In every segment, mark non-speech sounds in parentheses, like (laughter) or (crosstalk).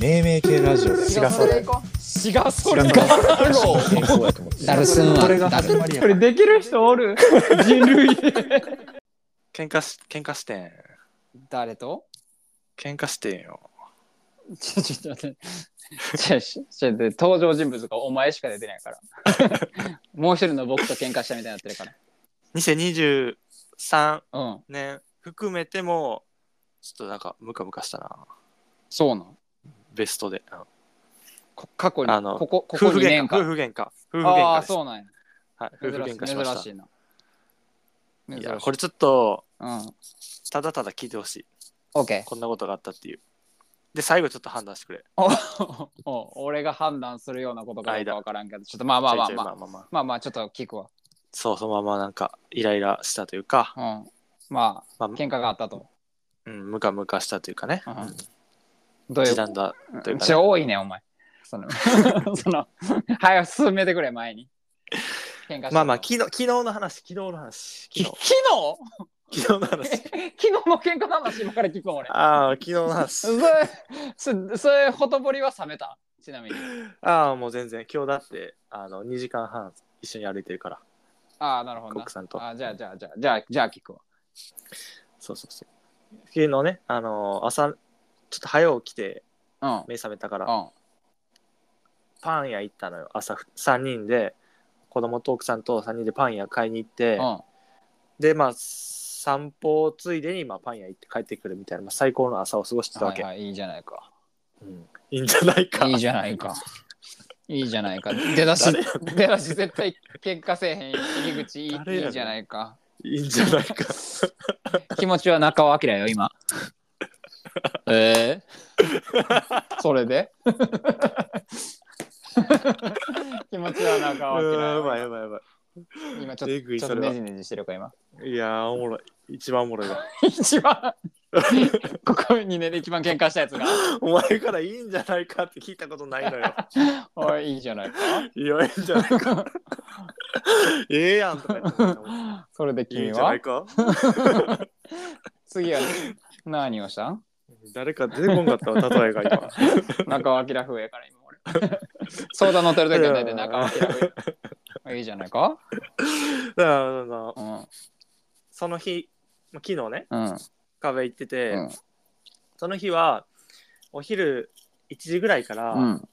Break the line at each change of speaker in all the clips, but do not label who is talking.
命名系ラジオだよ
違うそれ行こ
違うそれ
違う
か
健康やと思って
ダルスンは
これが
ダ
始
ル
まりや
これできる人お
(laughs)
る人類
う喧嘩し喧嘩してん
誰と
喧嘩してんよ
ちょちょっと待ってちょちょちょ登場人物がお前しか出てないから
(laughs)
もう一人の僕と喧嘩したみたいになってるか
2023
らうん
年含めてもちょっとなんかムカムカしたな
そうなの
ベストで、うん
こ過去に
あの
ここここ
夫婦
2
喧
年
嘩夫
間
婦喧嘩夫婦喧
あ
嘩
あ
です
そうなんや
はい、夫婦
珍
喧嘩
し
し
い
ま
珍
し
しいな
た
珍
い
しい
やこれちょっと
うん
ただただ聞いてほしい
OK (laughs)
こんなことがあったっていうで最後ちょっと判断してくれ
お俺が判断するようなことかどうか
間
分からんけどちょっとまあまあまあ
ちょいちょい
まあ
まあまあ
まあまあちょっと聞くわ
そうそのままなんかイライラしたというか、
うんま
まあ
あ喧嘩があったと
うん、ムカムカしたというかね、
うん
うん
どうい
時
う
短だというか
ち
ね、
ょ多いねお前そ
(laughs)
のその早く進めてくれ前に喧嘩した
まあまあ昨日昨日の話昨日の
(laughs)
話
き
昨
昨
日昨日
日
の話
え昨日の喧嘩の話今から聞くわ俺
ああ昨日の話
それそそれほとぼりは冷めたちなみに
ああもう全然今日だってあの2時間半一緒に歩いてるから
ああなるほどな
奥さんと
あじゃあじゃあじゃあじゃあじゃあ聞くわ
そうそうそう昨日ねあの朝ちょっと早起きて
うん
目覚めたから
うん
パン屋行ったのよ朝3人で子供と奥さんと3人でパン屋買いに行って
うん
でまあ散歩ついでにまあパン屋行って帰ってくるみたいな、まあ、最高の朝を過ごしてたわ
は
け、
いはいいいじゃないか
うんいいんじゃないか
いいじゃないかいいじゃないか出だし
誰や
出だし絶対喧嘩せえへん入り口いい
誰やねん
いいじゃないか
いいんじゃないか
気持ちは中尾明よ
(laughs)
今えー、それで気持ちは中尾
う
明
んやばい
よ
やばいやば
今ちょ
え
っ
ぐい
とちょっ
そ
と
れは
ねじねじしてるか今
いいやーおもろい一番おもろいわ
一番ここ2年で一番喧嘩したやつが
お前からいいんじゃないかって聞いたことないのよ
おいいいじゃないか
いやいいんじゃないかええやんとか言って
(laughs) それで
いい
君
んじゃな
はい
か
次は何をしたん
誰か出てこんかったわ例え
(laughs)
が今
中尾明風やから今俺相談乗ってる時は大体中尾明風いいじゃないか
だからあの
うん
その日まあ昨日ね
うん
カフェ行ってて、
うん
その日はお昼1時ぐらいから
うん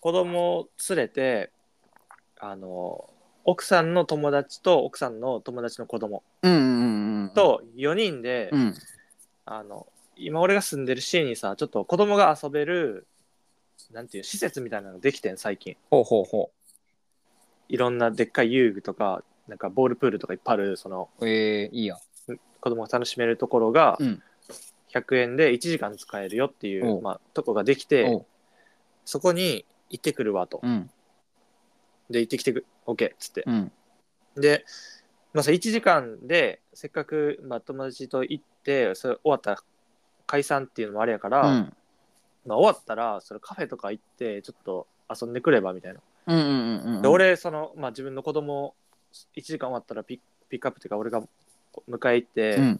子供を連れて、あの奥さんの友達と奥さんの友達の子供
うんうんうん
と4人で、
うん
あの今俺が住んでる市にさちょっと子供が遊べるなんていう施設みたいなのできてん最近
ほうほうほ
いろんなでっかい遊具とかなんかボールプールとかいっぱいあるその
う。ええいいや。
子供が楽しめるところが
うん
100円で1時間使えるよっていう、
おう
まあ、とこができて
おう
そこに行ってくるわと、
うん。
で行ってきてく OK っつって、
うん。
で、まあ、さ1時間でせっかく、まあ、友達と行ってそれ終わったら解散っていうのもあれやか
う
ら、
ん。
まあ、終わったらそれカフェとか行ってちょっと遊んでくればみたいな、
うんうんうんうん。
で俺その、まあ、自分の子供1時間終わったらピピックアップっていうか俺が迎え行って、
うん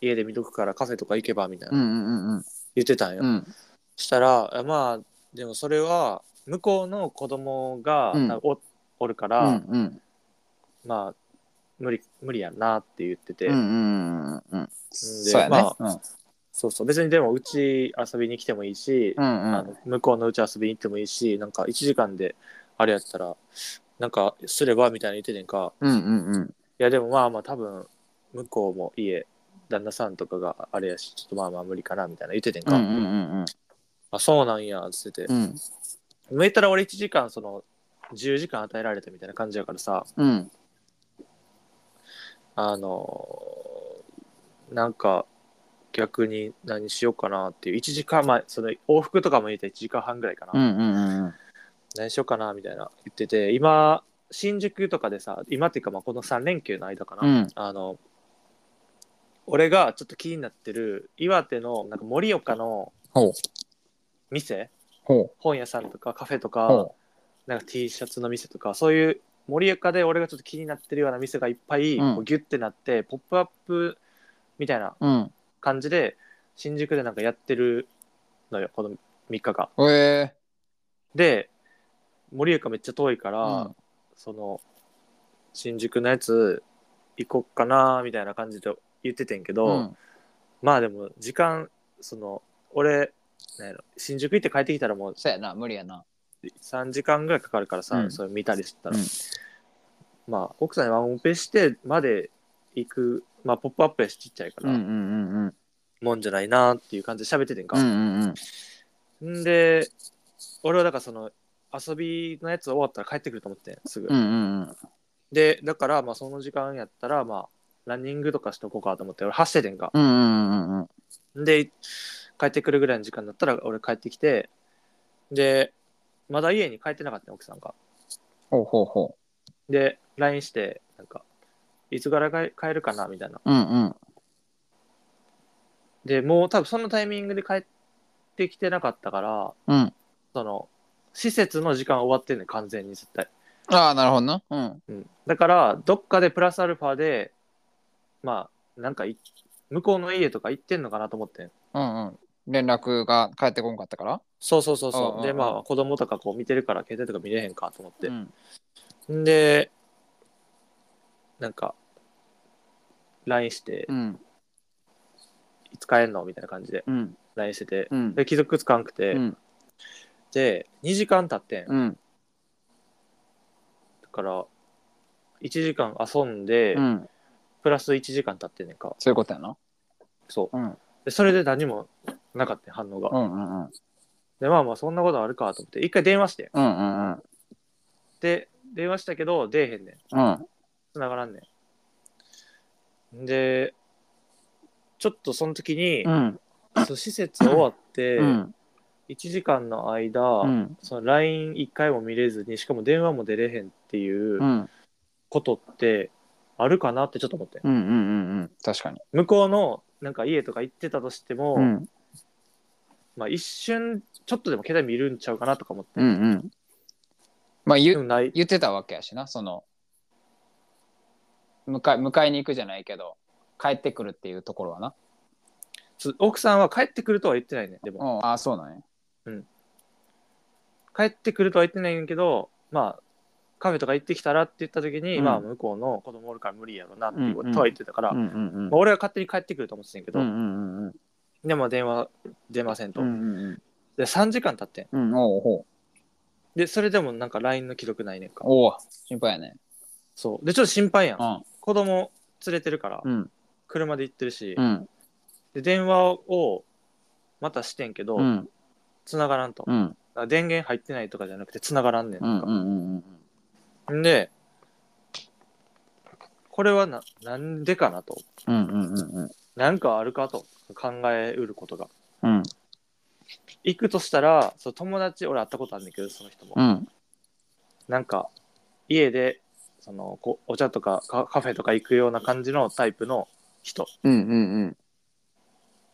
家で見とくからカフェとか行けばみたいな、
うんうんうんうん。
言ってたんよ、
うん
したらえまあでもそれは向こうの子供が、
うん
おおるか
う
ら、
んうん
まあ無理無理やんなって言ってて、
うんうんうんうん。そうやね
ま。
うん
そうそう別にでもうち遊びに来てもいいし、
うんう
あ
ん。
の向こうのうち遊びに行ってもいいしなんか1時間であれやったらなんかすればみたいに言っててんか
うんうんうん。
いやでもまあまあ多分向こうも家旦那さんとかがあれやしちょっとまあまあ無理かなみたいな言っててん
うん
か、
うんうん
あそうなんやっつってて
う、ん。
向いたら俺1時間その10時間与えられたみたいな感じやからさ
うん。
あのーなんか逆に何しようかなっていう1時間前その往復とかも入れて1時間半ぐらいかな、
うんうんうんうん。
何しようかなみたいな言ってて今新宿とかでさ今っていうかまあこの3連休の間かな、
うん
あの俺がちょっと気になってる岩手のなんか盛岡の
ほう。
店
ほ
本屋さんとかカフェと
う。
か
ほ
なんか T シャツの店とかそういう盛岡で俺がちょっと気になってるような店がいっぱい
うん
こうギュッてなって、ポップアップみたいな
う。うん。
感じで新宿でなんかやってるのよこの3日間。
え
で、盛岡めっちゃ遠いから、
うん
その、新宿のやつ行こっかなみたいな感じで言っててんけ
ー
ど、まあでも時間、その、俺、なんやろ新宿行って帰ってきたらもう
そうやな、無理やな。
3時間ぐらいかかるからさ、
うん
それ見たりしたら、
うん
まあ奥さんにワンオペしてまで行くまあポップアップやしちっちゃいから、
うんうん。
もんじゃないなっていう感じで喋っててんか、
んうん。
ん、で俺はだからその遊びのやつ終わったら帰ってくると思ってんすぐ、
うんうんうん。
でだからまあその時間やったらまあランニングとかしとこうかと思って俺走っててんか
うんうんうんうん。
で帰ってくるぐらいの時間だったら俺帰ってきてでまだ家に帰ってなかったん奥さんが
ほうほうほ
で、LINE して、なんか、いつから帰帰るかなみたいな。
う。うんうん。
で、もう多分そのタイミングで帰ってきてなかったから、
うん。
その、施設の時間終わってんねん完全に絶対。
ああ、なるほどな。うん。
うん。だから、どっかでプラスアルファで、まあ、なんかい、向こうの家とか行ってんのかなと思ってん。
うんうん。連絡が返ってこんかったから。
そうそうそう
うんうん
そうう。
ん
で、まあ、子供とかこう見てるから、携帯とか見れへんかと思って
う。ん。
ん、で、なんか、LINE して
う、ん。
いつ帰んのみたいな感じで
うん
LINE してて、
うん。
で、気づくつかんくて、
うん。
で2時間経ってん、だ
うん。
から1時間遊んで、
うん。
プラス1時間経ってんねんか
そういうことやな。
そう
うん。
でそれで何もなかったん反応が、
うんうんうん。
でまあまあそんなことあるかと思って一回電話してん
うんうんうん。
で電話したけど出えへんねん
うん。
繋がらんねんでちょっとその時に、
うん。
その施設終わって、
うん。
1時間の間、
うん。。
その LINE1 回も見れずにしかも電話も出れへんっていううんことってあるかなってちょっと思ってん
うんうんうんうん。確かに。
向こうのなんか家とか行ってたとしても、
うん。
まあ一瞬ちょっとでも携帯見るんちゃうかなとか思って、
うんうん。まあ、
で
ゆ
もない
言ってたわけやしな、その、迎え、迎えに行くじゃないけど、帰ってくるっていうところはな。
つ奥さんは帰ってくるとは言ってないねで
う
も、
ん、ああ、そうなんや。
帰ってくるとは言ってないんやけどまあカフェとか行ってきたらって言った時に、
うん
まあ向こうの子供おるから無理やろなっていうこ
うんうん
とは言ってたから、
うんうんうん
まあ、俺は勝手に帰ってくると思ってたんやけど、
うんうんうん
でも電話出ませんと、
うんうん
で3時間経ってん
うん。うん、おうほう。
でそれでもなんか LINE の既読ないねんか
おう、心配やね。
そうでちょっと心配やん、
うん
子供連れてるから、
うん
車で行ってるし、
うん
で電話をまたしてんけど、
うん
繋がらんと、だ
う
か
ん
ら電源入ってないとかじゃなくて繋がらんねん
うんうんうん
んでこれはななんでかなと
うんうんうん
なんかあるかと考えうることが
うん
行くとしたらそう友達俺会ったことあるんだけどその人も、
うん
なんか家でそのこお茶とかカカフェとか行くような感じのタイプの人
うんうん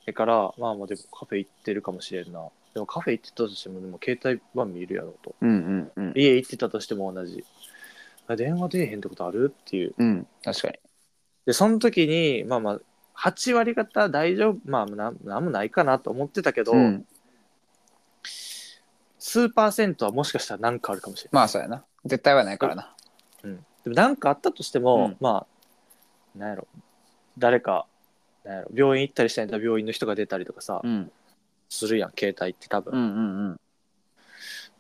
だからまあもうでもカフェ行ってるかもしれんなでもカフェ行ってたとしてもでも携帯は見るやろうと
うんうんうん
家行ってたとしても同じあ電話出えへんってことあるっていう
うん確かに
でその時にまあまあ8割方大丈夫まあなんなんもないかなと思ってたけど、
うん
数パーセントはもしかしたら何かあるかもしれな
ま
い、
あそうやな絶対はないからな
うん、でも何かあったとしても、
うん
まあなんやろ誰かなんやろ病院行ったりしたんやったら病院の人が出たりとかさ、
うん
するやん携帯って多分、
うんうんうん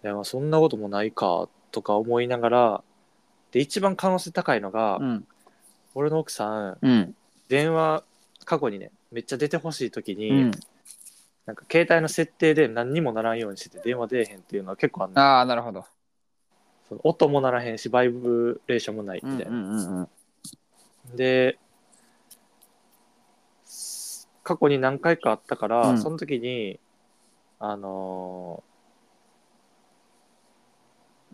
でまあ、そんなこともないかとか思いながらで一番可能性高いのが、
うん
俺の奥さん
うん
電話過去にねめっちゃ出てほしい時に、
うん
なんか携帯の設定で何にもならんようにしてて電話出えへんっていうのは結構あんねん
ああなるほど
その音もならへんしバイブレーションもないみ
うん
た
う
いな、
んうんうん
で s- 過去に何回かあったから、
うん
その時にあのー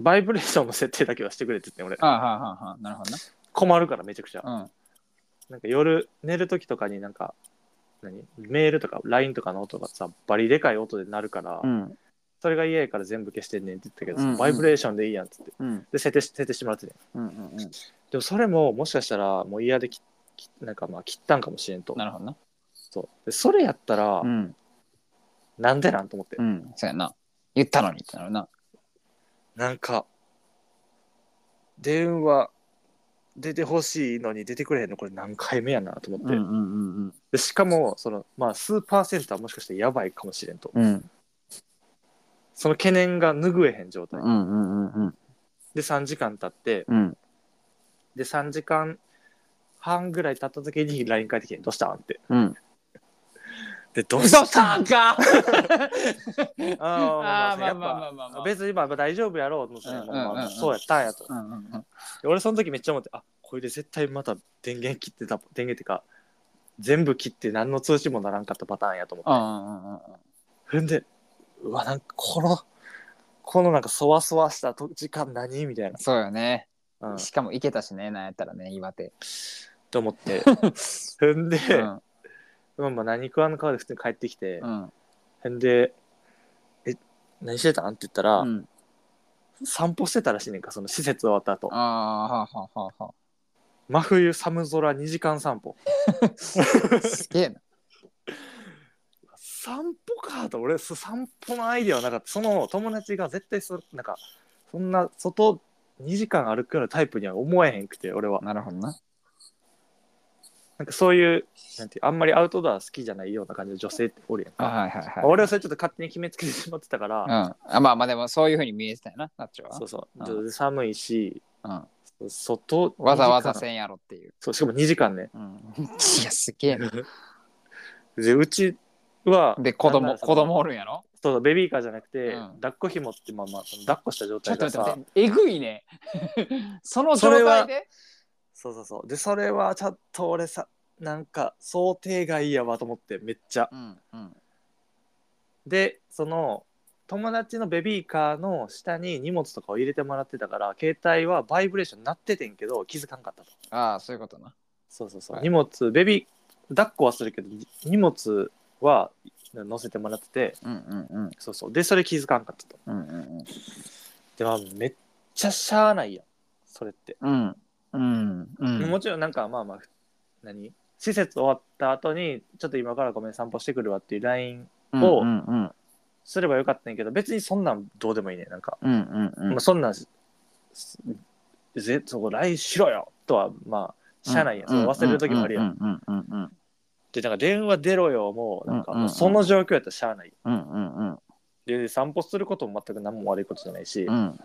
バイブレーションの設定だけはしてくれって言ってん俺
ああはあはあはあなるほど
困るからめちゃくちゃ、
な
なんか夜寝る時とかになんか何メールとか LINE とかの音がさバリでかい音で鳴るから、
うんうん
それが嫌やから全部消してんねんって言ったけど、
うんうん
バイブレーションでいいやんっつって
うん
で設定し設定してもらってて
うんうんうん
でもそれももしかしたらもう嫌でききなんかまあ切ったんかもしれんと
なるほどな
そうでそれやったら、
うん
なんでなんと思って、
うんそうやな言ったのにってなるな。
なんか、電話出てほしいのに出てくれへんの、これ何回目やなと思って。
うん
でしかも、その、まあ、スーパーセンターもしかしたらやばいかもしれんと。
うんうん。うん
その懸念が拭えへん状態。
うんうんうん
で、3時間経って、
うん。
で、3時間半ぐらい経った時に LINE 返ってきて、どうしたんって。
うん。
で、どう
嘘
した
さ
(laughs)
んかあ
ああ、
ー
ま
ま
あ
あまあまあ
まあまあま
ま
あ、
あまあ
別に今大丈夫やろうと思って、
うん
まあまあ
うんうん
そうやったんやと。
うんうんうん。
で俺その時めっちゃ思って、あこれで絶対また電源切ってた、電源ってか、全部切って何の通知もならんかったパターンやと思って。
ああ。
ほんで、うわ、なんかこの、このなんかそわそわしたと時間何みたい
そうよね。
な。うん。
しかも行けたしね、なんやったらね、岩
(laughs)
手。
と思
(laughs)
って。ほんで、
うん。
まあまあ何食わぬ顔で普通に帰ってきて、
うん。
ほんで、え、何してたんって言ったら、
うん
散歩してたらしいねんか、その施設終わった後
あ。あ、はあはあはあは
真冬寒空2時間散歩。
あ。すげえな。
散歩かと俺そ散歩のアイディアはなかったその友達が絶対そなんかそんな外2時間歩くようなタイプには思えへんくて俺は
なるほど
(laughs)
な。
なんかそういうなんていうあんまりアウトドア好きじゃないような感じの女性っておるやん
あ
か、
はいはいはい。
俺はそれちょっと勝手に決めつけてしまってたから、
うん。あまあまあでもそういうふうに見えてたよな、ナッチは。
そうそううんちょっと寒いし
うん。
外
わざわざ
2時間
せんやろっていう。
そうしかも2時間ね
うん。いや、すげえ
(laughs)
な。
でうちは
で、子
なんな
供、
らそ
子
の
供おるんやろ
そうそうベビーカーじゃなくて、
うん
抱っこ紐ってまあまあその抱っこした状
ちょっ
態
と
が
待
さ
って待って、えぐいね。 (laughs) その状
それは
態で
そうそうそう。で、それはちょっと俺さ、なんか想定外やわと思って、めっちゃ。
うんうん。
で、その、友達のベビーカーの下に荷物とかを入れてもらってたから、携帯はバイブレーションなっててんけど、気づかんかったと。
ああ、そういうことな。
そうそうそう。
はい
荷物、ベビー、抱っこはするけど、荷物は乗せてもらってて、
うんうんうん。
そうそう。で、それ気づかんかったと。
うんうんうん。
で、まあ、めっちゃしゃあないやん、それって。
うん。うん。うん。
もちろんなんかまあまあ何施設終わった後にちょっと今からごめん散歩してくるわっていう LINE を
うんうん
すればよかったんやけど別にそんなんどうでもいいねなんか、
うんうんうん
まあ、そんなんすぜそこ LINE しろよとはまあしゃあないやん、それ忘れる時もあるやん,、
うんうんうんうん
でなんか電話出ろよもうなんか
うんうんうん
その状況やったらしゃあない
うんうんうん
で散歩することも全く何も悪いことじゃないし、
うん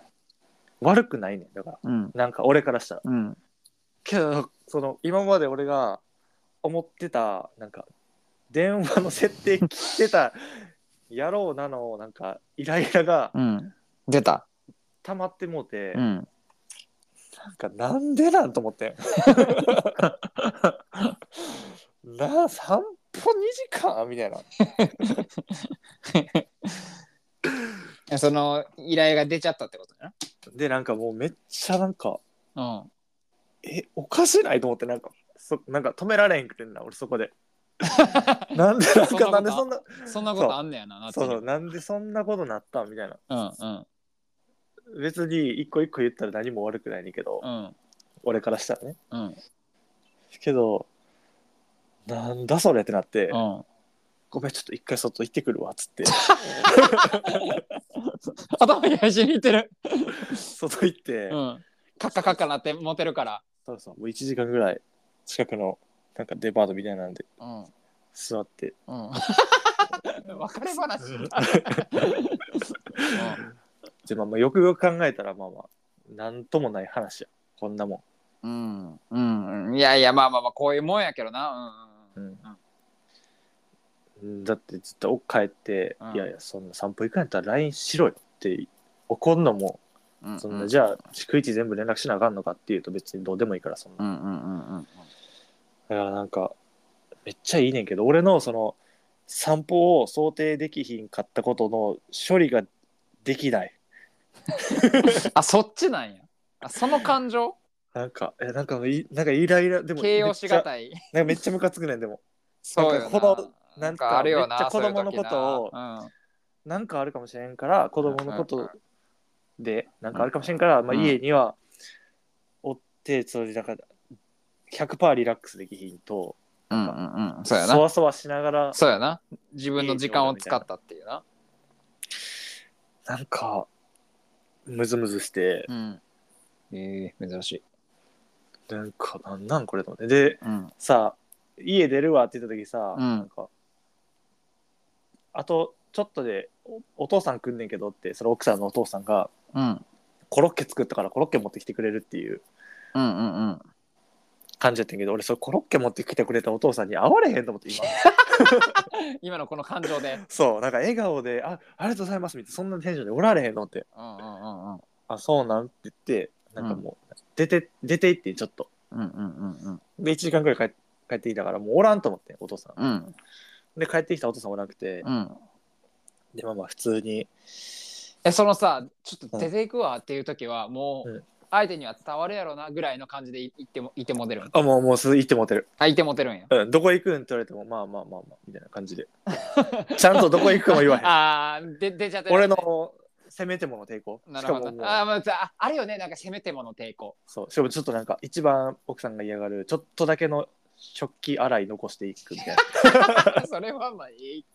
悪くないねんだから
うん
なんか俺からしたら
うん
けどその今まで俺が思ってたなんか電話の設定切ってたやろうなのなんかイライラが
うん出た
溜まってもうて、
うん
なんかなんでなんと思って (laughs) なあ散歩2時間みたいな
(laughs) その依頼が出ちゃったってことね
でなんかもうめっちゃなんか
うん
えおかしないと思ってなんかそなんか止められへんくてんな俺そこ
(laughs)
でなんでなん
そん
か
なこと
なんでそんな
そんなことあんねやななっち
そう
に
そうなんでそんなことなったんみたいな
うんうん
別に一個一個言ったら何も悪くないねんけど、
うん
俺からしたらね
うん
けどなんだそれってなって、
うん
ごめんちょっと一回外行ってくるわっつって
頭に足にいってる
外行って、
うんカッカカッカなってモテるから
そうそうもう1時間ぐらい近くのなんかデパートみたいなんで
うんうん
座って
(laughs) 別れ話うん
で、まあ、まあよくよく考えたらまあまあなんともない話やこんなも、
(laughs) うんうんうんいやいやまあまあまあこういうもんやけどなうんん
うんだってずっと帰って、
うん
いやいやそんな散歩行かんやったら LINE しろよって怒んのも
うんうん
そんなじゃあ逐一全部連絡しなあかんのかっていうと別にどうでもいいからそんな
うんうんうんうん
だからなんかめっちゃいいねんけど俺のその散歩を想定できひんかったことの処理ができない
あそっちなんやあその感情
なんかえなんかいなんかイライラでも
形容しが
い
たい
なんかめっちゃムカつくねんでも
そうよ
なんか子供
な
なんかめっちゃ子供のことをなんかあるかもしれんから子供
う
のこ
んう
と
ん
でなんかあるかもしれんから、まあ、
うん
家にはおってそれなんか100%リラックスできひんと
そういう時なうんうんうんそ
そ
うや
わ
な
そわしながら
そうやな自分の時間を使ったっていうな
なんかムズムズして
うん。ええ珍しい。
なんかなんなんこれと思ってで
うん。
さ家出るわって言った時さ、
うん
なんかあとちょっとでおお父さん来んねんけどってその奥さんのお父さんが
うん。
コロッケ作ったからコロッケ持ってきてくれるっていう
うんうんうん。
感じやったんやけど俺それコロッケ持ってきてくれたお父さんに会われへんと思って今
今のこの感情で。
(laughs) そうなんか笑顔で「あありがとうございます」みたいなそんなテンションでおられへんと思って
うんうんうんうん。
「あそうなん?」って言ってなんかもう出て、出て行ってちょっと
うんうんうんうん。
で1時間くらい帰って帰ってきたからもうおらんと思ってお父さん
うん。
で帰ってきたお父さんおらなくて
うん。
でまあまあ普通に
え、そのさ、ちょっと出ていくわっていう時は、も
う、
うん相手には伝わるやろなぐらいの感じでいっても、いても出るん。
あもうもうすぐ行ってもうてる
あ、いても出るんや。
うん、どこ行くんって言われても、まあまあまあまあ、みたいな感
(laughs)
じで。ちゃんとどこ行くかも言わへん。
あー、で出ちゃってる
俺。のせめてもの抵抗。
な
し
る
か
ほ
もも
ど。
う
あー、まず、ああるよね、なんかせめてもの抵抗。
そう、しかもちょっとなんか、一番奥さんが嫌がる、ちょっとだけの食器洗い残していくみ
(laughs)
たいな。
それはまあいい。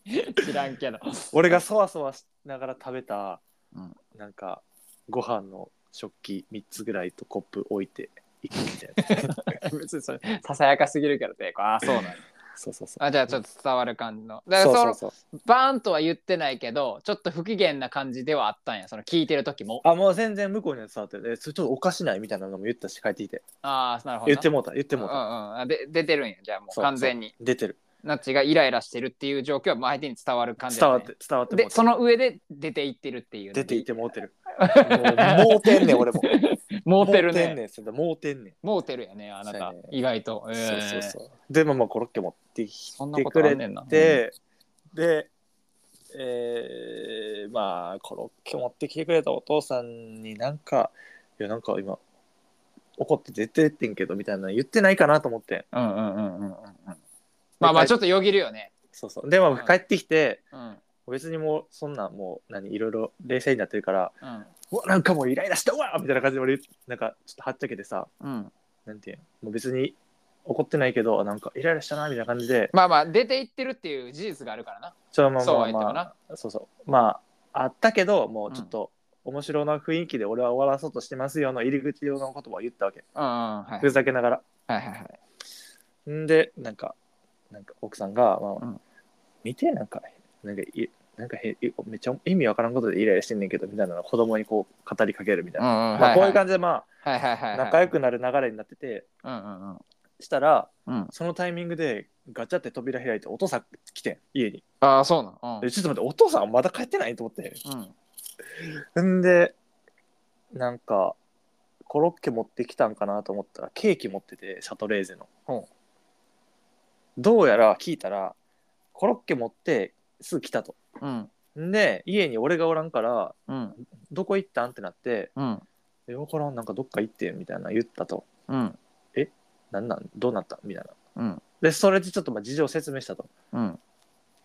知らんけど。 (laughs)
俺がそわそわしながら食べた、
うん
なんか、ご飯の食器3つぐらいとコップ置いていくみたい
(laughs)
な。
別にそれ、ささやかすぎるけど抵抗。あー、そうなんや
そうそうそう。
あじゃあちょっと伝わる感じの。だ
そ
か
う
らそ
そう
の
そう。
バーンとは言ってないけどちょっと不機嫌な感じではあったんやその聞いてる時も。
あ、もう全然向こうには伝わってる。え、それちょっとおかしないみたいなのも言ったし、帰ってきて。
ああなるほど
言
な。
ってもうた、言ってもう
う
た。
んうんあで出てるんやじゃあもう
そう
完全に。
出てる。
ナッチがイライラしてるっていう状況はもう相手に伝わる感じ、ね、
伝わって、伝わってもう
で
た
その上で出ていってるっていう、
出ていって
る。
も
(laughs)
うてる。もうもうてんねん、俺も。
もうてる
もうてん
ね。
ねん、それもうてんねん。
もうてるやねあな
そうや
た
ね
意外と。え
そう
ー
そうそう。で、まあまあ、コロッケ持ってき
そんな
て
こ
く
とあ
れ
んねんな。
て、で、えー、まあ、コロッケ持ってきてくれたお父さんになんか、いや、なんか今、怒って出てってんけど、みたいなの言ってないかなと思って。
うんうんうんうんうんうん。まあまあちょっとよぎるよね。
そうそう。で、まあ、
うん
帰ってきて、
うん
別にもう、そんな、もう、何、いろいろ冷静になってるから、
うん
うわ、なんかもうイライラしたわみたいな感じで俺、なんか、ちょっとはっちゃけてさ、
うん。
なんていうのもう別に怒ってないけどなんかイライラしたなみたいな感じで
まあまあ出ていってるっていう事実があるからな。
ちょまあ
そうは言っ
まあ
ても
ま
な。
あそうそうまああったけどもうちょっと面白な雰囲気で俺は終わらそうとしてますよの入り口用の言葉を言ったわけ
うんうんはい
ふざけなが
はいはいはい。
らんでなんかなんか奥さんが、まあ
うん
見てなんかなんかいなんかへいめっちゃ意味わからんことでイライラしてんねんけどみたいなのを子供にこう語りかけるみたいな、まあ、こういう感じでま
はいはいはいは
あ
い。
仲良
く。
くなる流れになってて
うんうんうん。
したら
うん、
そのタイミングでガチャって扉開いてお父さん来てん家に。
ああ、そうなの。
えちょっと待って、お父さんまだ帰ってないと思って。
うん。うん
んで、なんか、コロッケ持ってきたんかなと思ったら、ケーキ持ってて、シャトレーゼの。
ほ
どうやら聞いたら、コロッケ持ってすぐ来たと。
うん
んで、家に俺がおらんから、
うん
どこ行ったんってなって、
うん
え、わからん、なんかどっか行ってんみたいな言ったと。
うん
なんなんどうなったみたいな。
うん
で、それでちょっとまあ事情を説明したと。
うん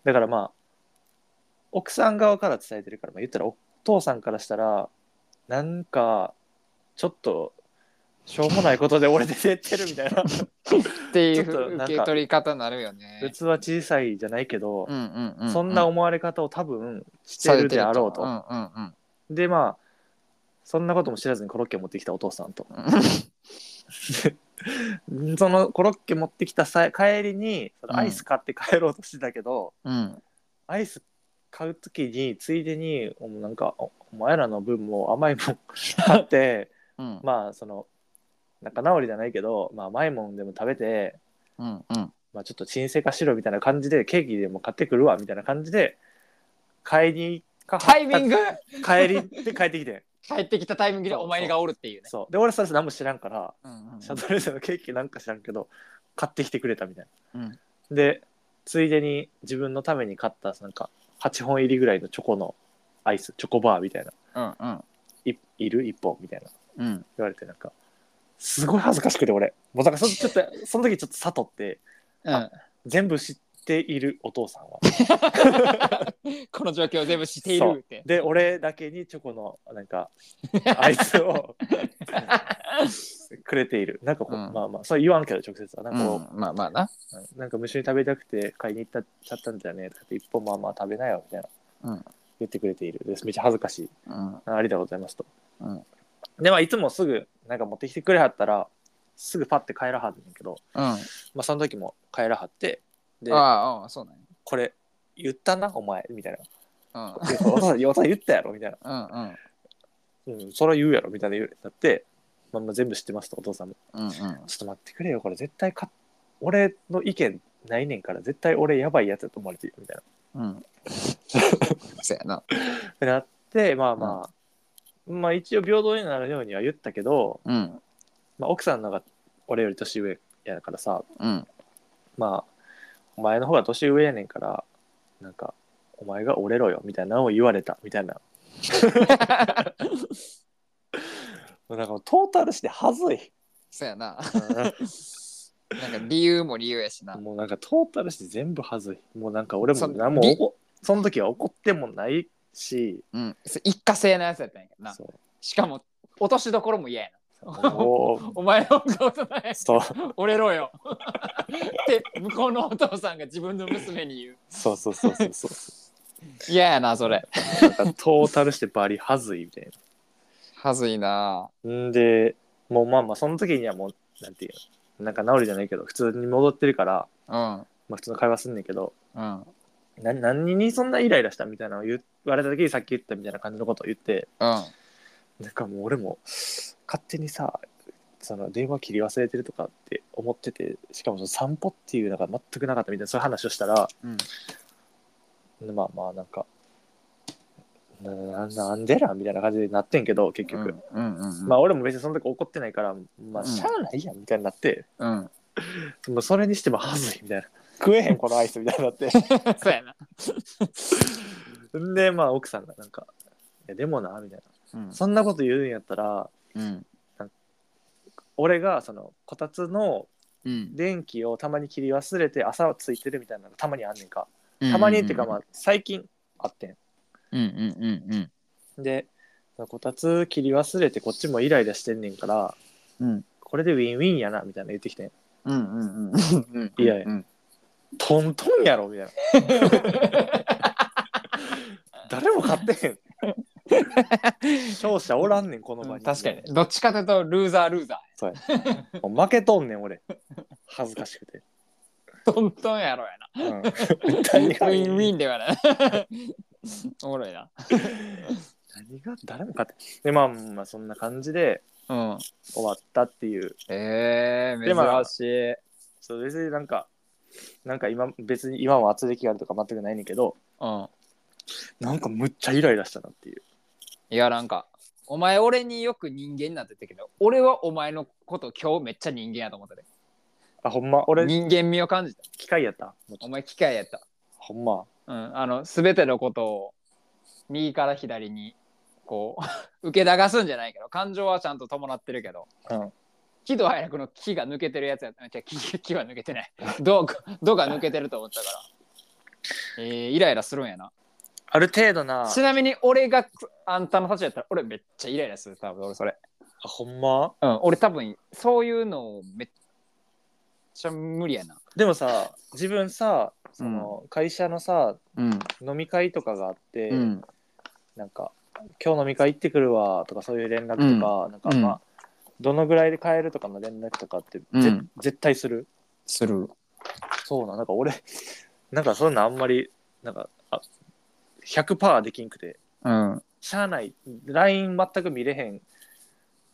だからまあ奥さん側から伝えてるから、まあ、言ったらお父さんからしたらなんかちょっとしょうもないことで俺出てってるみ
(laughs)
たいな
ってい
ちょっとなん
う
か
受け取り方になるよね。
器小さいじゃないけど、
うんうんうん。
そんな
思
思われ方を多分してるであろうと。
うんうんうん。
でまあそんなことも知らずにコロッケを持ってきたお父さんと (laughs) そのコロッケ持ってきたさ帰りにそのアイス買って帰ろうとしてたけど、
うん
アイス買うときについでにおなんかおお前らの分も甘いもん (laughs) 買って
うん
まあその仲直りじゃないけど、まあ、甘いもんでも食べて、
うんうん。
まあ、ちょっと沈静化しろみたいな感じでケーキでも買ってくるわみたいな感じで帰りか
タイミング
帰りで帰って
(laughs)
きて
帰ってきたタイミングでお前がおるっていうね。
そうで俺さ何も知らんから
うんうん
シャトレーゼのケーキなんか知らんけど買ってきてくれたみたいな、
うん
でついでに自分のために買ったなんか8本入りぐらいのチョコのアイスチョコバーみたいな
うんうん
いいる一本みたいな
うん。
言われてなんかすごい恥ずかしくて俺もうだからそちょっとその時ちょっと悟って
うん
全部知っているお父さんは
この状況を全部知っているって。
で俺だけにチョコのなんかアイスをくれているなんかこう、
うん
まあまあそれ言わんけど直接はなん
う
かこう、
んまあまあな。
なんか無性に食べたくて買いに行ったちゃったんだよねとかって一本まあまあ食べなよみたいな、
うん
言ってくれているですめっちゃ恥ずかしい
うん。
あありがとうございますと、
うん
でまあいつもすぐなんか持ってきてくれはったらすぐパッて帰らはるんだけど、
うん。あ
まあ、その時も帰らはってで
あ、うんそうなんや
これ言ったなお前
(laughs)
みたいな
うん
「いやお父さんお父さん言ったやろ」みたいな
うんうん
「うんそれは言うやろ」みたいな言うなって、まあ、まあ全部知ってますとお父さんも
うん
「ちょっと待ってくれよこれ絶対か俺の意見ないねんから絶対俺やばいやつだと思われてる」みたいな
うんう
(laughs)
ん。そやな。
ってなってまあまあ、まあ一応平等になるようには言ったけど、
うん
まあ、奥さんの方が俺より年上やからさ
うん
まあお前の方が年上やねんからなんかお前が折れろよみたいなのを言われたみた
(laughs)
いななんかもうトータルしてはずい
そやな。なんか理由も理由やしな。
もうなんかトータルして全部はずいもうなんか俺も
そ
何も
り
おその時は怒ってもないし
うん。そ一過性のやつやったんやけどな。
そう
しかも、落としどころも嫌やな。
もう
お前の方が (laughs) 大人やし
そう
折れろよ。 (laughs) って、向こうのお父さんが自分の娘に言う。
そうそうそうそうそう
嫌やな、それ。
なんかトータルしてバリはずいみたい
はずいな。
な。んで、もうまあまあ、その時にはもう、なんていうの、なんか治るじゃないけど、普通に戻ってるから、
うん。
まあ普通の会話すんねんけど、
うん。
な何にそんなイライラしたみたいなのを言われた時にさっき言ったみたいな感じのことを言って、
うん。
なんかもう俺も、勝手にさ、その電話切り忘れてるとかって思ってて、しかもその散歩っていうのが全くなかったみたいな、そういう話をしたら、
うん
まあまあ、なんか、なななんでなんみたいな感じになってんけど、結局。
うんうん。
まあ俺も別にその時怒ってないから、
う
まあ
ん
しゃあないやんみたいになって、 (laughs)
うん。
もうそれにしてもはずいみたいな。食えへんこのアイスみたいになって。
そうやな。
んでまあ奥さんがなんか、いやでもな、みたい
うん
な。そんなこと言うんやったら、
うん。
俺がそのこたつの
うん。
電気をたまに切り忘れて朝はついてるみたいなのがたまにあんねんか。
うん
たまにっていうかまあ最近あってん。
うんうんうん
で、そのこたつ切り忘れてこっちもイライラしてんねんから、
うん。うん。
これでウィンウィンやな、みたいな言ってきてん。
うんうんうんうん。
いやいや
うん。
トントンやろみたいな。
(laughs)
誰も買ってへん。勝者おらんねん、この場に。
確かに。。どっちかというと、ルーザールーザ
もう負けとんねん、俺。恥ずかしくて。
ー。トントンやろや (laughs) な。
うん、
ウ
何が
ィンウィンではない。 (laughs) おもろいな。
何が誰も勝ってで、まあ、まあ、そんな感じで
うん。
終わったっていう。
え
でま
ー、
あ
珍しい。
そう別になんか、なんか今、別に今も圧力があるとか全くないねんけど、
うん。
なんかむっちゃイライラしたなっていう。
いや、なんか、お前俺によく人間になってたけど、俺はお前のこと今日めっちゃ人間やと思ってて。
あ、ほんま、俺、
人間味を感じた。
機械やった。もうちょ
お
っと
前機械やった。
ほんま。
うん、あの全てのことを右から左にこう (laughs) 受け流すんじゃないけど感情はちゃんと伴ってるけど
うん。
喜怒哀楽の「気が抜けてるやつやったじゃ気気は抜けてない「ど」どが抜けてると思ったから、えーイライラするんやな
ある程度な、
ちなみに俺があんたの立場やったら俺めっちゃイライラする多分俺それ、
あほんま
うん、俺多分そういうのめっちゃ無理やな
でもさ自分さその会社のさ、
うん
飲み会とかがあって、
うん
なんか「今日飲み会行ってくるわ」とかそういう連絡とか、なんか
うん
まあ、どのぐらいで帰るとかの連絡とかってぜ、
うん
絶対する
する
そうなんなんか俺なんかそんなあんまりなんかあ100%できんくて
うん
しゃあない LINE 全く見れへん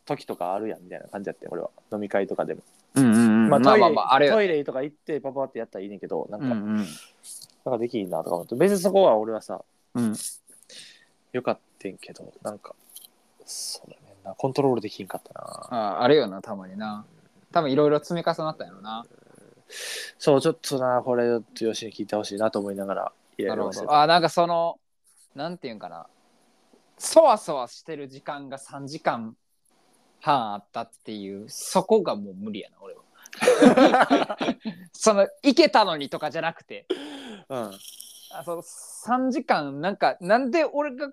時とかあるやんみたいな感じやってん俺は飲み会とかでも、
うんうんまあまあまあ、あれ
トイレとか行ってパパってやったらいいねんけどなん
う
か、
んうん
なんかできんなとか思って別にそこは俺はさ
うん
よかったんけどなんかそうだねんなコントロールできんかったな
あああるよなたまにな多分いろいろ積み重なったんやろな
そうちょっとなこれちょっとよしに聞いてほしいなと思いながらい
な
や
る
ろ
ほ
うし
どあなんかそのなんていうんかなそわそわしてる時間が3時間半あったっていうそこがもう無理やな俺はその行けたのにとかじゃなくて
うん
あその3時間なんかなんで俺が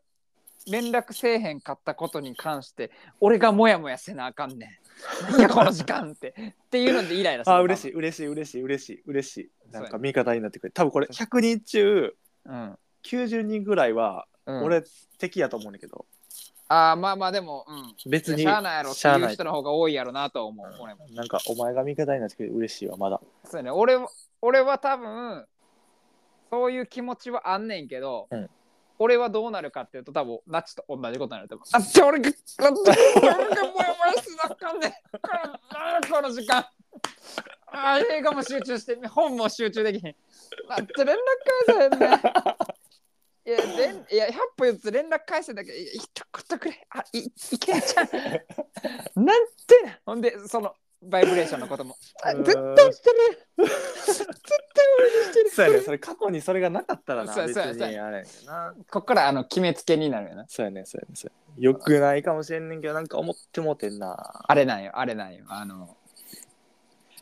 連絡せえへんかったことに関して俺がモヤモヤせなあかんねん。なんやこの時間って。っていうのでイライラする。
あ嬉しい嬉しい嬉しい嬉しい嬉しいなん
そうや
か味方になってくれる多分これ100人中
うん。
90人ぐらいは
ううん、
俺敵やと思うねんだけど
ああまあまあでも、うん、
別に
しゃあないやろって
しゃあ
い
な
う
い
人の方が多いやろなと思う、俺も
なんかお前が味方になってくれて嬉しいわまだ
そうやね俺は俺は多分そういう気持ちはあんねんけど、
うん
俺はどうなるかっていうと多分ナチと同じことになると思うあっ俺があ俺がもやもやしなあかんねんこのこの時間あー映画も集中して本も集中できへんなんて連絡返せへんねんいや連いや100歩言って連絡返せんだけどいや一言くれあいいけんちゃ
(laughs)
んなんてなほんでそのバイブレーションのこともあ絶対してる
そうやねんそれ過去にそれがなかったらな
そう
別
や
に
そうやそう
あれやねんな
こっからあの決めつけになるよな。
そうやねんそうやねんそうやねんよくないかもしれんねんけどなんか思ってもうてんな
あれなんよ、あれなんよ。あの、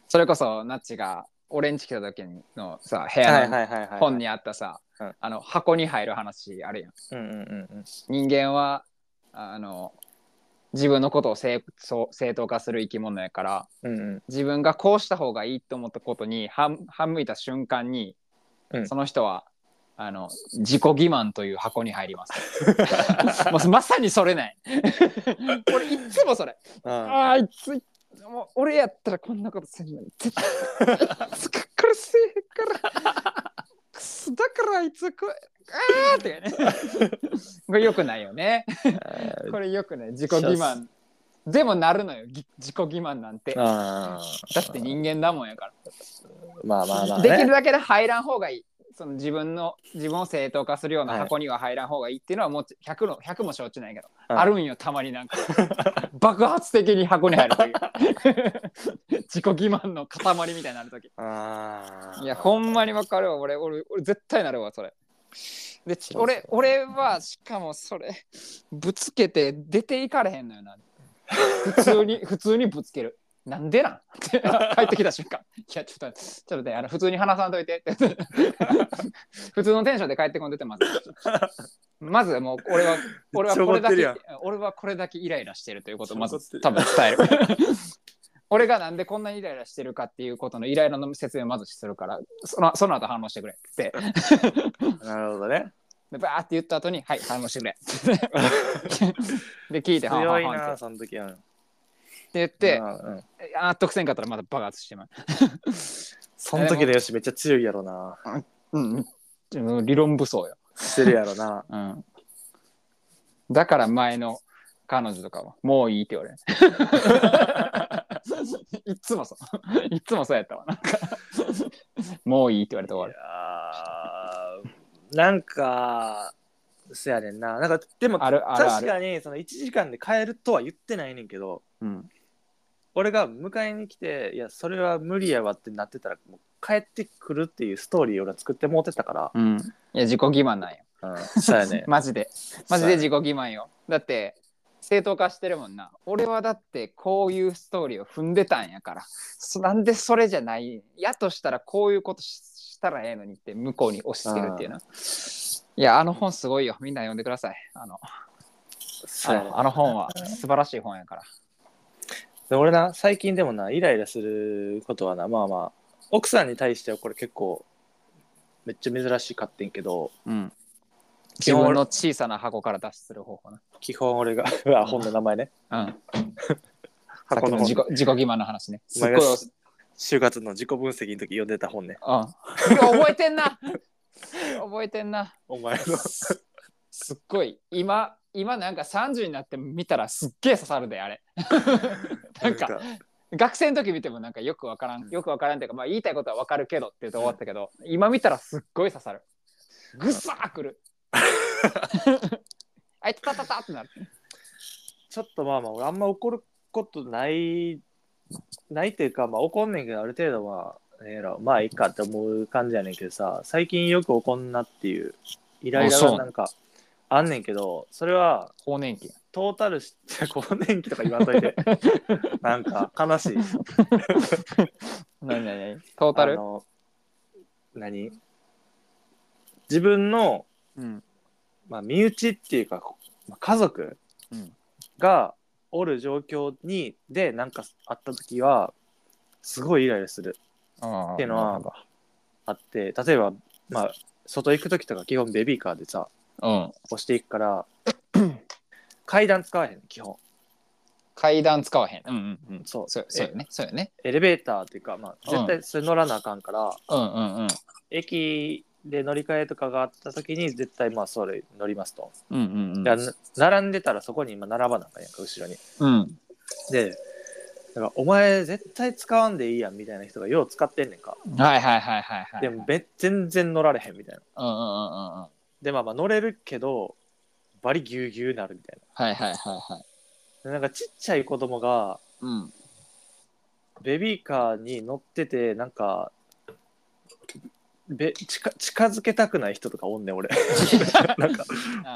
それこそ、ナッチが俺んち来た時のさ、部
はい
屋の
はいはいはい
本にあったさ
うん、
あの、箱に入る話あるやん。
うんうんうん
人間は、あの、自分のことを正そう正当化する生き物やから、
うんうんうん
自分がこうした方がいいと思ったことに半半向いた瞬間に、
うん
その人は、あの自己欺瞞という箱に入ります。
(laughs)
もうまさにそれない。 (laughs) 俺いっつもそれ。
あ
あーいついもう俺やったらこんなことせんのに絶対つかからせえからくすだからあいつこうあーってね
(laughs)
これよくないよね
ー
これよくない自己欺瞞でもなるのよぎ自己欺瞞なんてだ
あー
って人間だもんやから、
まあまあまあ
できる
ね
だけで入らん方がいいその自分の自分を正当化するような
はい
箱には入らん方がいいっていうのはもう100の100も承知ないけど、
はい
あるんよたまになんか爆発的に箱に入る
(laughs)
という (laughs) 自己欺瞞の塊みたいになる時
あー
いやほんまにわかるわ俺俺俺絶対なるわそれでち
そうそう
俺俺はしかもそれぶつけて出ていかれへんのよな普通に (laughs) 普通にぶつけるなんでなんって帰ってきた瞬間いやちょっと待ってちょっと待ってあの普通に話さんといて (laughs) って普通のテンションで帰ってこんでてまずまずもう俺は俺はこれだ
めっちゃ怒
け
って
俺はこれだけイライラしてるということをまず
怒ってる
多分伝える俺がなんでこんなにイライラしてるかっていうことのイライラの説明をまずするからそのその後反応してくれって
なるほどね
でバーって言った後に「はい反応してくれ」で聞いて「はんは
強
ん
い
はん」って
なその時は
言って
うんうん
納得せんかったらまだ爆発してまう
その時のよしめっちゃ強いやろな
うんうん理論武装よ、
してるやろな
うん、だから前の彼女とかは「もういい」って言わ
(laughs)
れるいっつもそういっつもそうやったわなんか「もういい」って言われて終わ
い
る
やーなんかそやねんななんかでも
あるあるあ
確
る、
かにその1時間で帰るとは言ってないねんけど
うん、
俺が迎えに来ていやそれは無理やわってなってたらもう帰ってくるっていうストーリーを俺は作ってもうてたか
うん。いや、自己欺瞞なんよ。
ら、 (laughs) うん、そうやね
マジで。マジで自己欺瞞よ。だって、正当化してるもんな。俺はだって、こういうストーリーを踏んでたんやから。そなんでそれじゃないやとしたら、こういうことししたらええのにって、向こうに押し付けるっていうな。いや、あの本すごいよ。みんな読んでください。あの、
そ
あ
うやね
のあの本は素晴らしい本やから。
で俺な最近でもなイライラすることはなまあまあ奥さんに対してはこれ結構めっちゃ珍しいかってんけど
うん。自分の小さな箱から脱出する方法な。
基本俺が (laughs) うわ本の名前ね
うん。さっ
箱
きの
の本
自己自己欺瞞の話ね。
お
すっ
前
ご
が
い
就活の自己分析の時読んでた本ね
うん。覚えてん (laughs) な。覚えてんな。
お前の
すっごい。今、今なんか30になって見たらすっげえ刺さるで、あれ。 (laughs) なんか、学生の時見てもなんかよくわからん、よくわからんっていうか、まあ言いたいことはわかるけどって言うと終わったけど、今見たらすっごい刺さる。ぐっさーく (laughs) る。あいつたたたってなる。
ちょっとまあまあ俺あんま怒ることないないっていうかまあ怒んねんけどある程度はええやろまあいいかって思う感じやねんけどさ最近よく怒んなっていうイライラ
あそ
が
う
なんかあんねんけどそれは
更年期。
トータルして (laughs) 更年期とか言わんと
(laughs)
いてなんか悲しい
なになになにトータ
あ
ル
の何自分の
うん。
まあ、身内っていうか、まあ、家族
うん
がおる状況にでなんかあった時はすごいイライラする
っ
っていうのはあって例えば、まあ、外行く時とか基本ベビーカーでさ
うん。
押してい
(laughs)
くから、階段使わへん、基本。
階段使わへん。うんうんうん。
そう
そうそうよね。そうよね。
エレベーターっていうか、まあ、絶対それ乗らなあかんから、
うんうんうん。
駅で乗り換えとかがあった時に絶対まあそれ乗りますと。
うんうん
いやな並んでたらそこに今並ばなあかんやんか、後ろに。
うん。
で、だからお前絶対使わんでいいやんみたいな人がよう使ってんねんか。
うん。はいはいはいはいはい。
でもべ全然乗られへんみたい
う
な。
んうんうんうんうん。
で、まあまあ乗れるけど、バリギュうギュうなるみたい
はいはいはいはい。
な。でなんかちっちゃい子供が
うん。
ベビーカーに乗ってて、なんか、べ近近づけたくない人とかおんね
(laughs)
ん俺なんか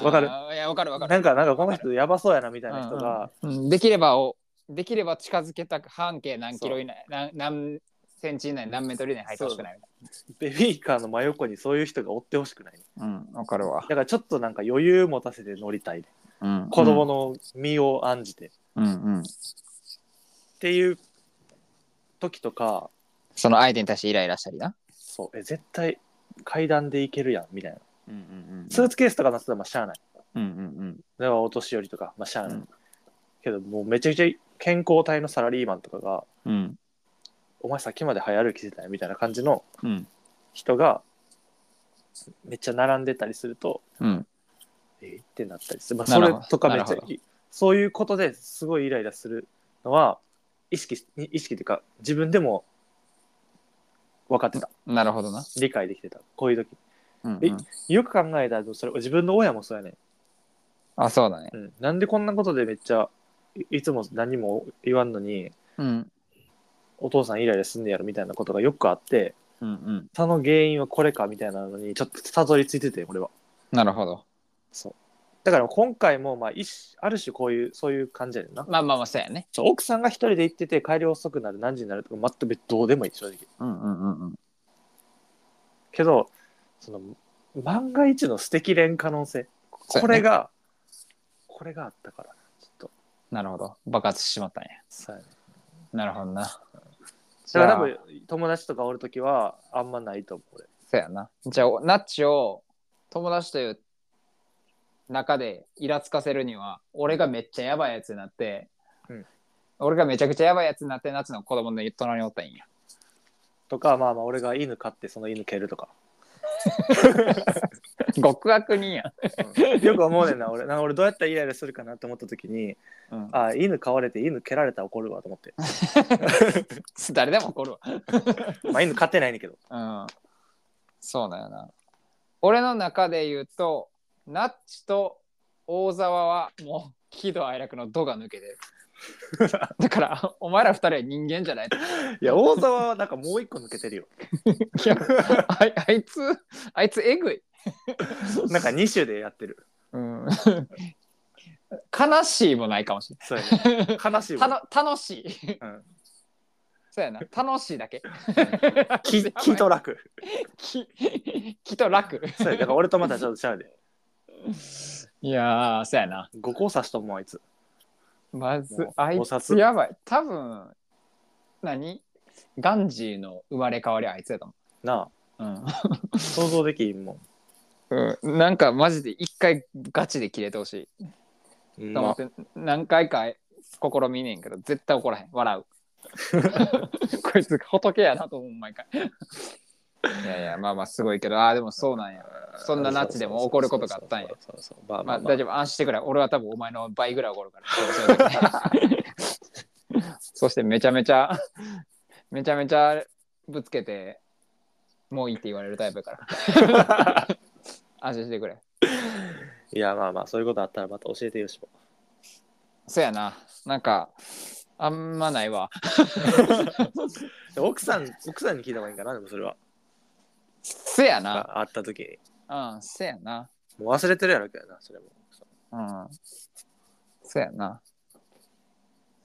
わかる
あーいや、わかるわかる。
なんかなんかこの人やばそうやなみたいな人が
うん、できればおできれば近づけたく半径何キロ以内何何センチ以内何メートル以内に入ってほしくないみ
ベビーカーの真横にそういう人がおってほしくない、
たいなうんわかるわ
だ、からちょっとなんか余裕持たせて乗りたい、
うん、
子供の身を案じて、っ
うんうん
ていう時とか
その相手に対してイライラしたりな
そうえ絶対階段で行けるやんみたいな
うんうん
スーツケースとか乗ってたらまあしゃあない
うんうん
ではお年寄りとかまあしゃあない、
うん
けどもうめちゃくちゃ健康体のサラリーマンとかが
うん
お前さっきまで早歩きしてたよみたいな感じの
うん
人がめっちゃ並んでたりすると
うん
えーってなったりする、まあ、
な
そ
るほ
れ
ど
とかめっ
な
ちゃ
るほ
そういうことですごいイライラするのは意識し意識っていうか自分でも分かってた
なるほどな、
理解できてたこういう時
うんう
え
ん、
よく考えたらそれ自分の親もそうやね、
あそうだね
うん、なんでこんなことでめっちゃいいつも何も言わんのに
うん
お父さんイライラすんねやろみたいなことがよくあって
うんうん
その原因はこれかみたいなのにちょっとたどり着いてて俺は
なるほど
だから今回もまあ一ある種こういうそういう感じやねんな
まあまあまあそうやね
そう奥さんが一人で行ってて帰り遅くなる何時になるとか全くどうでもいい正直
うんうんうんうん
けどその万が一の素敵連可能性
そうやね
これが、これがあったからちょっと
なるほど爆発してしまったんや
そうやね
なるほどな
だから多分友達とかおる時はあんまないと思う
そうやな。じゃあ、ナッチを友達という中でイラつかせるには、俺がめっちゃやばいやつになって、
うん
俺がめちゃくちゃやばいやつになって、ナッチの子供の隣におったん
(laughs)
や。
とかまあまあ俺が犬飼ってその犬蹴るとか
極悪人や。
よく思うねんな俺なんか俺どうやったらイライラするかなって思った時に
うん、
ああ犬飼われて犬蹴られたら怒るわと思って
誰でも怒るわ。
まあ犬飼ってないねんだけど
うん。そうだよな。俺の中で言うと、ナッチと大沢はもう喜怒哀楽の度が抜け
(laughs)
てる。だから、お前ら二人は人間じゃないと。
いや大沢はなんかもう一個抜けてるよ
いやあいあいつ、あいつえぐい。
なんか2種でやってる
うん、悲しいもないかもし
そうや (laughs) ね悲しい
れ
わ
ない。たの楽しい。
うん
そうやな。楽しいだけ。(laughs)
ききと楽。
き、きっと楽。
そうやだから俺とまたちょ
(laughs)
っとちゃうで。
いやー、そうやな。
五交差しとんもんあいつ。
まず
もう、
あい
お
つ
札
やばい。多分、何ガンジーの生まれ変わりあいつやと思
な
う。うん
あ、想像できんもん。
うん、なんかマジで一回ガチで切れてほしいと思
ま
っ
あ
て、何回か試みねんけど絶対怒らへん笑 (laughs) うこいつ仏やなと思う毎回いやいやまあまあすごいけどああでもそうなんやそんなナッチでも怒ることがあったんや。
そうそうそうまあま
ま
あ
あ
まあ
大丈夫安心してくれ俺は多分お前の倍ぐらい怒るから (laughs) そういう時ねそしてめちゃめちゃめちゃめちゃぶつけてもういいって言われるタイプやから (laughs) 安心してくれ
いやまあまあそういうことあったらまた教えてよし
(laughs)
も。
そうやな。なんか、あんまないわ。
でも奥さん奥さんに聞いた方がいいんかなでもそれは。
せやな。
ああった時に。
うん、せやな。
もう忘れてるやろうけどなそれも。
うん。せやな。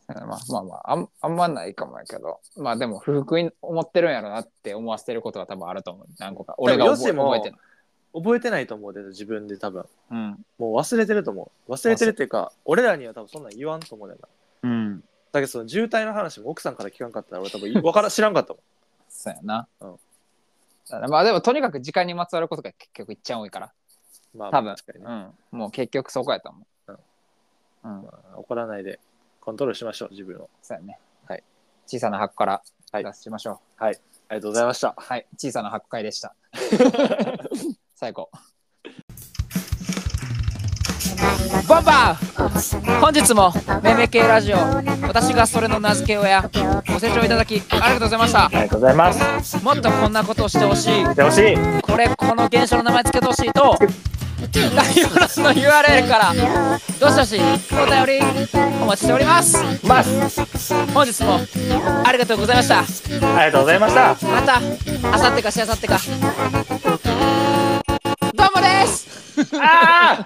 せやなまあまあまあ、あんあんまないかもやけど。まあでも、不服に思ってるんやろなって思わせてることは多分あると思う。何個か。俺が
多分
覚え
ヨシも
覚えてる。
覚えてないと思うで自分で多分。
うん。
もう忘れてると思う。忘れてるっていうか俺らには多分そんなん言わんと思うねんな。
うん。
だけどその渋滞の話も奥さんから聞かんかったら俺多分わから知らんかったもん。
そうやな。
うん
だからまあでも、とにかく時間にまつわることが結局いっちゃ多いから。
まあ、
多分
確かに
う
ね、
ん、もう結局そこやと思う。うん、
まあ怒らないでコントロールしましょう、自分を。
そうやね。
はい。
小さな箱から
はい
脱出しましょう。
ありがとうございました。
はい、小さな箱会で
(laughs)
した。最高。
ボ
ボ
ン
ンバ
バ
ー本日もめめ系ラジオ私がそれの名付け親ご
ご
清
清
聴
聴いた
いただ
だ
き
き
あ
あり
り
が
がと
とうござ
うござい
い
ま
ま
し
したた
あり
も
がとうございます。
っとこんなことをしてほしい
でほしい。
これこの現象の名前つけてほしいと概要欄の URL からどしどしお便りお待ちしております
ます。
本日もありがとうございました
ありがとうございました。
またあさってかしあさってかどうもです
ああ